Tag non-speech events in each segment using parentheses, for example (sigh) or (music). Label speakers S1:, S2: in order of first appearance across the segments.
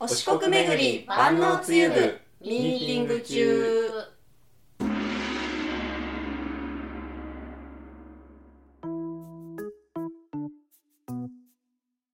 S1: お四国巡り万能つゆ部ミーティング中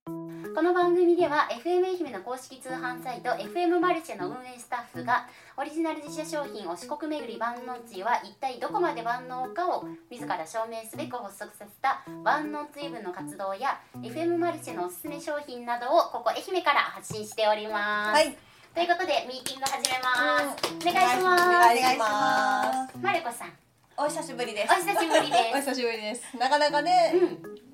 S2: この番組では FM 愛媛の公式通販サイト FM マルシェの運営スタッフがオリジナル自社商品を四国巡り万能つゆは一体どこまで万能かを自ら証明すべく発足させた万能つゆ部の活動や FM マルシェのおすすめ商品などをここ愛媛から発信しております。
S3: はい、
S2: ということでミーティング始めます。
S3: お
S2: お願いしま
S3: お
S2: す。
S3: 願いします。
S2: マルコさん、
S3: お久しぶりで
S2: お久しぶり
S3: (laughs) お
S2: です。
S3: 久しぶりです。なかなかね、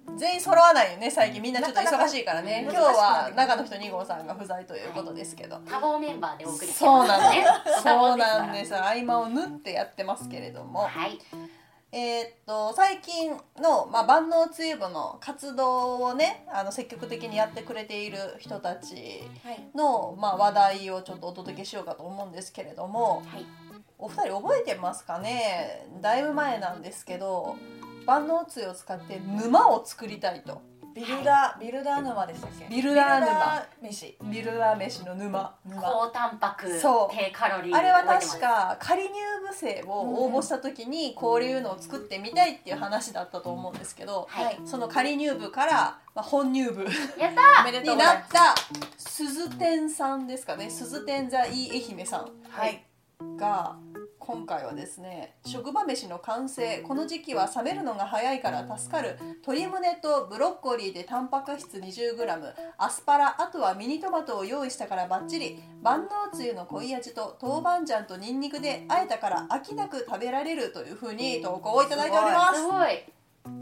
S2: うん、
S3: 全員揃わないよね、最近みんなちょっと忙しいからね。
S2: なか
S3: 今
S2: なか
S3: 日は長野人2号さんが不在ということですけど。
S2: 多忙メンバーでお送りして
S3: そ
S2: ま
S3: う
S2: す
S3: なん
S2: ね。
S3: で。す。そうなんですす。合間を縫ってやってますけれども。
S2: はい。
S3: えーっと最近の、まあ、万能ツイブの活動をねあの積極的にやってくれている人たちの、まあ、話題をちょっとお届けしようかと思うんですけれども
S2: はい。
S3: お二人覚えてますかねだいぶ前なんですけど万能ツイを使って沼を作りたいと
S4: ビルダー、ビルダー沼でしたっけ
S3: ビルダー沼
S4: ビルダー飯
S3: ビルダー飯の沼
S2: 高タンパク
S3: そう
S2: 低カロリー
S3: あれは確か仮入部生を応募した時にこういうのを作ってみたいっていう話だったと思うんですけど
S2: はい
S3: その仮入部から、まあ、本入部
S2: やった
S4: おめでと
S3: (laughs)
S4: う
S3: に
S4: ござ
S3: ないっ
S4: ま
S3: た鈴天さんですかね鈴天座いい愛媛さ
S4: すはい
S3: んが今回はですね職場飯の完成この時期は冷めるのが早いから助かる鶏胸とブロッコリーでタンパク質 20g アスパラあとはミニトマトを用意したからバッチリ万能つゆの濃い味と豆板醤とニンニクで和えたから飽きなく食べられるというふうに投稿をいただいております
S2: すごい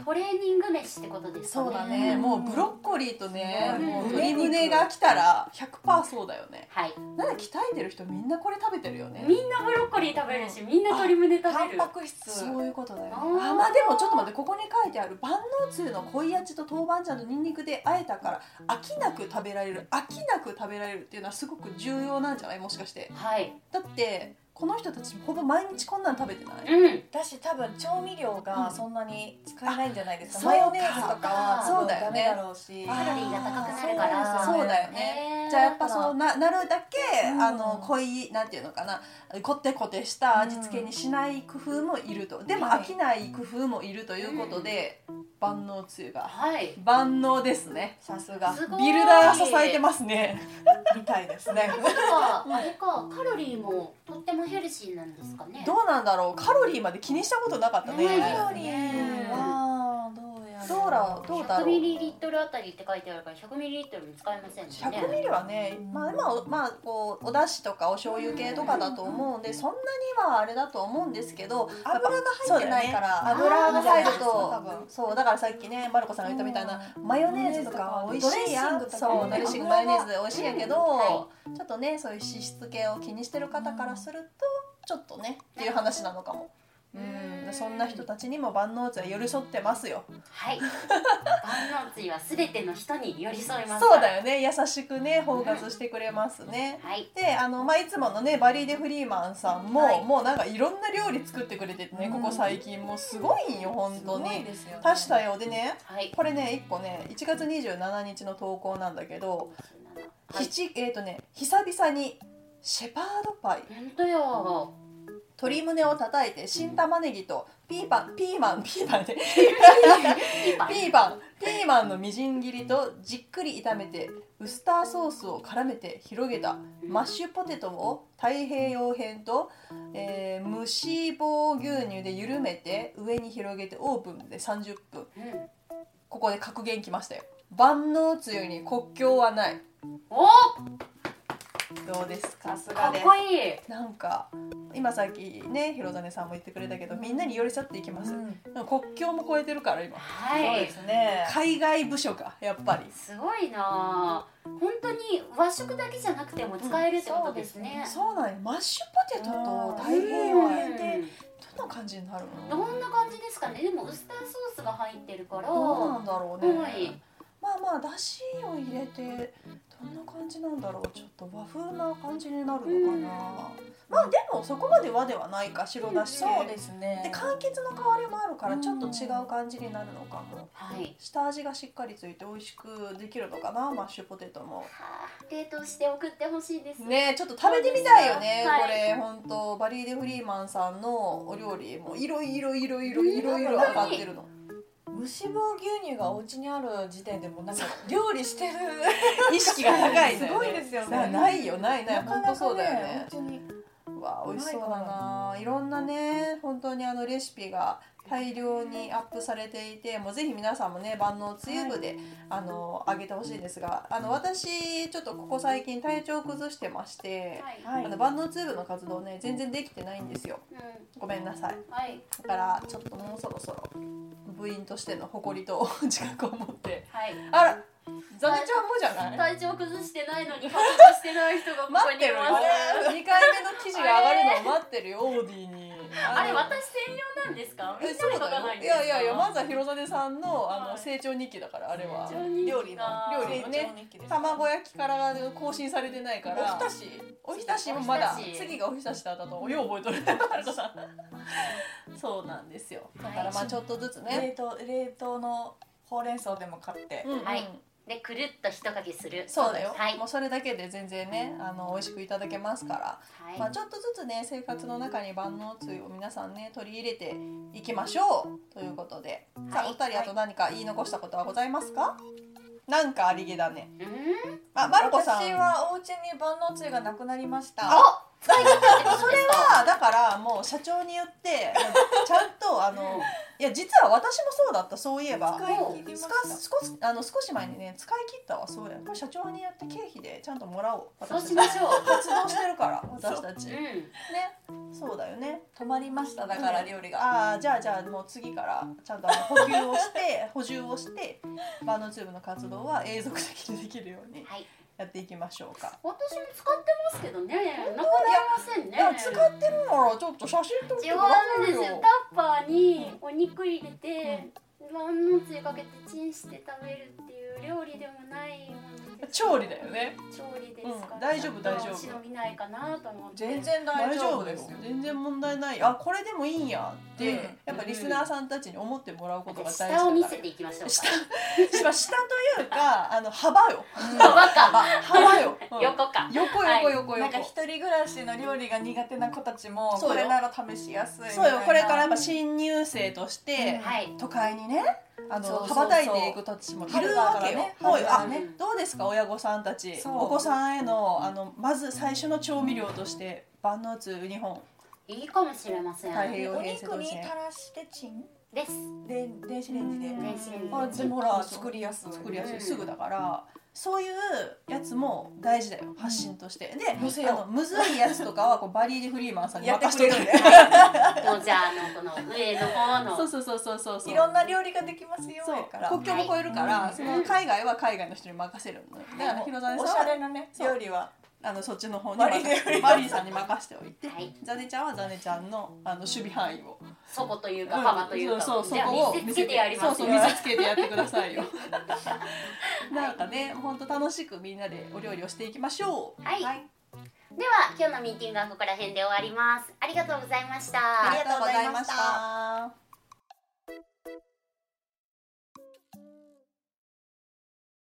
S2: トレーニング飯ってことですかね
S3: そうだね、
S4: うん
S3: もうブロッコリーとね、
S4: うん
S3: もう鶏胸が来たら100%そうだよね
S2: はい
S3: なんか鍛えてる人みんなこれ食べてるよね
S2: みんなブロッコリー食べるしみんな鶏胸食
S4: タ
S2: べ
S4: ン
S2: る
S4: パク質
S3: そういうことだよね
S2: あ
S3: あ
S2: ー
S3: まあでもちょっと待ってここに書いてある万能つゆの濃い味と豆板醤とニンニクで和えたから飽きなく食べられる飽きなく食べられるっていうのはすごく重要なんじゃないもしかして
S2: はい
S3: だってこの人たちほぼ毎日こんなん食べてない、
S2: うん
S4: だし多分調味料がそんなに使えないんじゃないですか、
S3: うん
S4: マヨネーズとかは
S3: そうか
S4: 多分ダメだろうし
S3: あ
S2: カロリーが高くなるから
S3: そうだよね
S2: へー
S3: じゃあやっぱそうななるだけ、
S4: うん
S3: あの濃いなんていうのかなこってこてした味付けにしない工夫もいると、でも
S4: はい
S3: 飽きない工夫もいるということで、万能つゆが
S2: はい
S3: 万能ですね
S4: さすが
S2: すごい
S3: ビルダー支えてますね
S4: みたいです (laughs) ね
S2: なんかあれかカロリーもとってもヘルシーなんですかね
S3: どうなんだろうカロリーまで気にしたことなかったね
S2: ね
S4: カロリーはどうや
S3: どうだどうだ
S2: 100
S3: ろ
S2: ミ
S3: う
S2: リリットルあたりって書いてあるから100ミリリットルも使えませんもんね
S3: 100ミリはね、まあ、まあ、まあ、こうお出汁とかお醤油系とかだと思うんでそんなにはあれだと思うんですけど
S4: 油が
S3: そ
S4: 入
S3: う
S4: っ
S3: だ
S4: て
S3: よね
S4: ないから
S3: 油が入ると
S4: 多分
S3: そうだからさっきねまるこさんが言ったみたいな、マヨネーズとか美味しいやん
S4: ドレッシングとかも
S3: そう
S4: ね
S3: ドレッシングマヨネーズで美味しいんやけど、
S2: うん
S3: ちょっとねそういう脂質系を気にしてる方からするとちょっとねっていう話なのかも、
S2: うん
S3: うんそんな人たちにも万能つは寄り添ってますよ (laughs)
S2: はい万能つゆはすべての人に寄り添います
S3: そうだ
S2: よ
S3: よね優しくね包括してくれますね、
S2: はい
S3: であの、まあ、いつものねバリー・デ・フリーマンさんも、
S4: はい
S3: もうなんかいろんな料理作ってくれててね、
S4: うん
S3: ここ最近もうすごいんよ本当
S4: すごい
S3: に
S4: ですよね
S3: 多種多様でね
S2: はい
S3: これね1個ね1月27日の投稿なんだけど、
S2: はい
S3: ひちえっ、とね久々にシェパードパイ
S2: 本当よ。
S3: 鶏胸を叩いて新玉ねぎとピーパンピーマンピーマンね
S2: いいパン
S3: ピーマンピーマンのみじん切りとじっくり炒めてウスターソースを絡めて広げたマッシュポテトを太平洋編と、えー、蒸し棒牛乳で緩めて上に広げてオーブンで30
S2: う
S3: 分
S2: ん
S3: ここで格言きましたよ万能つゆに国境はない
S2: お
S3: どうですか
S4: さす
S2: か
S4: が
S2: っ
S4: です
S2: こいい。
S3: なんか今さっきね広実さんも言ってくれたけどみんなに寄り添っていきますよ、
S4: うん
S3: でも国境も越えてるから今
S2: は
S4: そうで
S2: い。
S4: すね
S3: 海外部署かやっぱり
S2: すごいなあ。本当に和食だけじゃなくても使えるってことですね。
S3: そうなんよマッシュポテトと太
S4: うん
S3: 平洋
S2: う
S3: 編
S2: ん
S3: ってどんな感じになる
S2: ど
S3: の
S2: んな感じですかね。でもウスターソースが入ってるから。
S3: どうなんだろう
S2: は
S3: ね
S2: い
S3: まあまあだしを入れてどんな感じなんだろうちょっと和風な感じになるのかな、まあでもそこまで和ではないか白だし
S4: そうですね
S3: で柑橘の香りもあるからちょっと違う感じになるのかも
S2: はい
S3: 下味がしっかりついて美味しくできるのかなマッシュポテトも
S2: はあ冷凍して送ってほしいです
S3: ねえちょっと食べてみたいよね、
S2: はい
S3: これ本当バリー・デ・フリーマンさんのお料理もいろいろいろいろいろいろ上がってるの
S4: 無脂肪牛乳がお家にある時点でもうなんか料理してる
S3: 意識が高いんだよね
S4: (laughs) すごいですよね
S3: なないよないない
S4: なか
S3: 本
S4: なか
S3: 当
S4: ね
S3: そうだよね
S4: 本当に
S3: わあ美味しそうだないろんなね本当にあのレシピが大量にアップされていてもうぜひ皆さんもね万能つゆ部で、あのあげてほしいんですがあの私ちょっとここ最近体調崩してまして、
S2: はい、
S4: はい
S3: あの万能つゆ部の活動ね全然できてないんですよ
S2: うん
S3: ごめんなさい
S2: はい
S3: だからちょっともうそろそろ部員としての誇りと自覚を持って
S2: はい
S3: あらザネちゃんもじゃない
S2: 体調崩してないのに
S3: (laughs)
S2: 活動してない人がここ
S3: 待っ
S2: に
S3: て
S2: い
S3: るよ
S2: ます
S3: 2回目の記事が上がるのを待ってるよオーディに
S2: あれ
S3: の
S2: 私専用なんですかみ
S3: え
S2: んな
S3: そ
S2: に
S3: う
S2: 書か
S3: だ
S2: な
S3: よ
S2: いん
S3: い
S2: ですか
S3: やいやいやまずは広実さんのあ
S2: は
S3: の
S2: い
S3: 成長日記だからあれは
S2: 成長日記
S3: 料理の
S2: か
S3: 料理のね
S4: 成長日記です
S3: 卵焼きから更新されてないから
S4: おひたし
S3: おひたしもまだ
S2: おひたし
S3: 次がおひたしだったとよう覚えとるはるこさんそうなんですよだからまあちょっとずつ
S4: 冷
S3: ね
S4: 凍冷凍のほうれん草でも買って
S3: うんうん
S2: はいでくるっとひとかけする
S3: そうだよ
S2: はい
S3: もうそれだけで全然ねあの美味しくいただけますから
S2: は
S3: まあちょっとずつね生活の中に万能つゆを皆さんね取り入れていきましょうということでさあ
S2: はい
S3: お二人あと何か言い残したことはございますかなんかありげだね
S2: いうん
S3: あまるこさん
S4: 私はお家に万能つゆがなくなりました
S2: あ使い切ったってことです (laughs) か
S3: まあだからもう社長に言ってちゃんとあ
S4: (laughs)
S3: のいや実は私もそうだったそういえば
S4: 使い切りまし
S3: す
S4: た
S3: か少しあの少し前にね使い切ったわそうやこれ社長にやって経費でちゃんともらおう
S2: そう
S3: 私
S2: したま
S3: ち
S2: しょう
S3: 活動してる
S4: (laughs)
S3: から私たち
S2: う
S3: ね
S2: ん
S3: そうだよね
S4: 止まりましただから料理が
S3: ああじゃあじゃあもう次からちゃんとあの補給をして (laughs) 補充をしてバーノチューブの活動は永続的にできるように
S2: はい
S3: やっていきましょうか。
S2: 私も使ってますけどねなくなりません
S3: い
S2: ね
S3: や使ってるならちょっと写真撮って
S2: 違
S3: くだ
S2: うん
S3: さ
S2: です
S3: い
S2: よ
S3: よ。
S2: タッパーにお肉入れて万能つゆかけてチンして食べるっていう料理でもないものです
S3: 調理だよね。
S2: 調理ですから、
S3: うん大丈夫大丈夫
S2: ちょっと忍びないかなと思って
S4: 全然大丈夫ですよ
S3: 全然問題ないあこれでもいいんやって、
S4: うん
S3: やっぱリスナーさんたちに思ってもらうことが大事だから
S2: (laughs) 下を見せていきましょう
S3: 下まあ下というかあの幅よ
S2: かバカ
S3: 幅
S4: (laughs)
S3: よ、
S2: (laughs)
S3: うん
S2: 横か
S3: 横
S2: はい
S3: 横横横、
S4: なんか一人暮らしの料理が苦手な子たちも
S3: そうよ
S4: これなら試しやすいみたいな
S3: そうよこれからやっぱ新入生として、
S2: はい
S3: 都会にねあの
S4: そうそうそう
S3: 羽ばたいていく人たちもいるわけよ、もう
S4: 春だから
S3: あ
S4: ね
S3: どうですか親御さんたち
S4: そう
S3: お子さんへのあのまず最初の調味料として万能つゆ日本
S2: いいかもしれません、
S3: 大変
S4: お肉に垂らしてチン
S2: (laughs) です
S4: で電子レンジで
S2: 電子レンジ
S4: あ
S3: で
S4: でもほら作りやすい
S3: 作りやすい、
S2: うん
S3: すぐだからそういうやつも大事だよ発信として、で
S4: 載せよう
S3: あのむずいやつとかはこうバリー・デ・フリーマンさんに
S4: やって
S3: 任
S4: く
S3: せ
S4: れ
S3: て
S4: るんで
S2: もうじゃああのこの上の方の
S3: そうそうそうそうそうそう
S4: (laughs) いろんな料理ができますよ
S3: そう
S4: だから
S3: 国境も越えるから、
S4: はい
S3: その海外は海外の人に任せるのよだから広
S4: お
S3: 沢
S4: し
S3: さ
S4: ゃ
S3: んは
S4: れなね
S3: そう
S4: 料理は
S3: あのそっちの方に
S4: バリーデフリーマン
S3: バリーさんに任せておいて、
S2: はい
S3: ザネちゃんはザネちゃんのあの守備範囲を
S2: 底というか幅というか、
S3: そうそう
S2: じゃあ
S3: そこを
S2: 見せつけてやります
S3: そう
S2: よ
S3: そう見せつけてやってくださいよ (laughs) なんかね本当楽しくみんなでお料理をしていきましょう
S2: はい
S3: はい、
S2: では今日のミーティングはここら辺で終わりますありがとうございました
S3: ありがとうございました